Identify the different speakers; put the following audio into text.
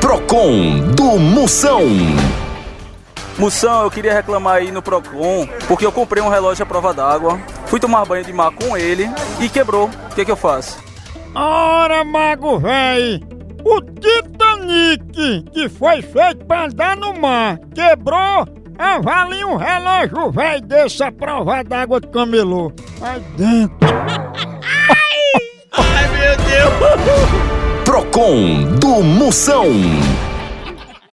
Speaker 1: Procon do Moção.
Speaker 2: Moção, eu queria reclamar aí no Procon, porque eu comprei um relógio à prova d'água, fui tomar banho de mar com ele e quebrou. O que, é que eu faço?
Speaker 3: Ora, mago véi! O Titanic, que foi feito pra andar no mar, quebrou, avalia um relógio véi desse à prova d'água de camelô. Aí dentro.
Speaker 1: Procon do Moção.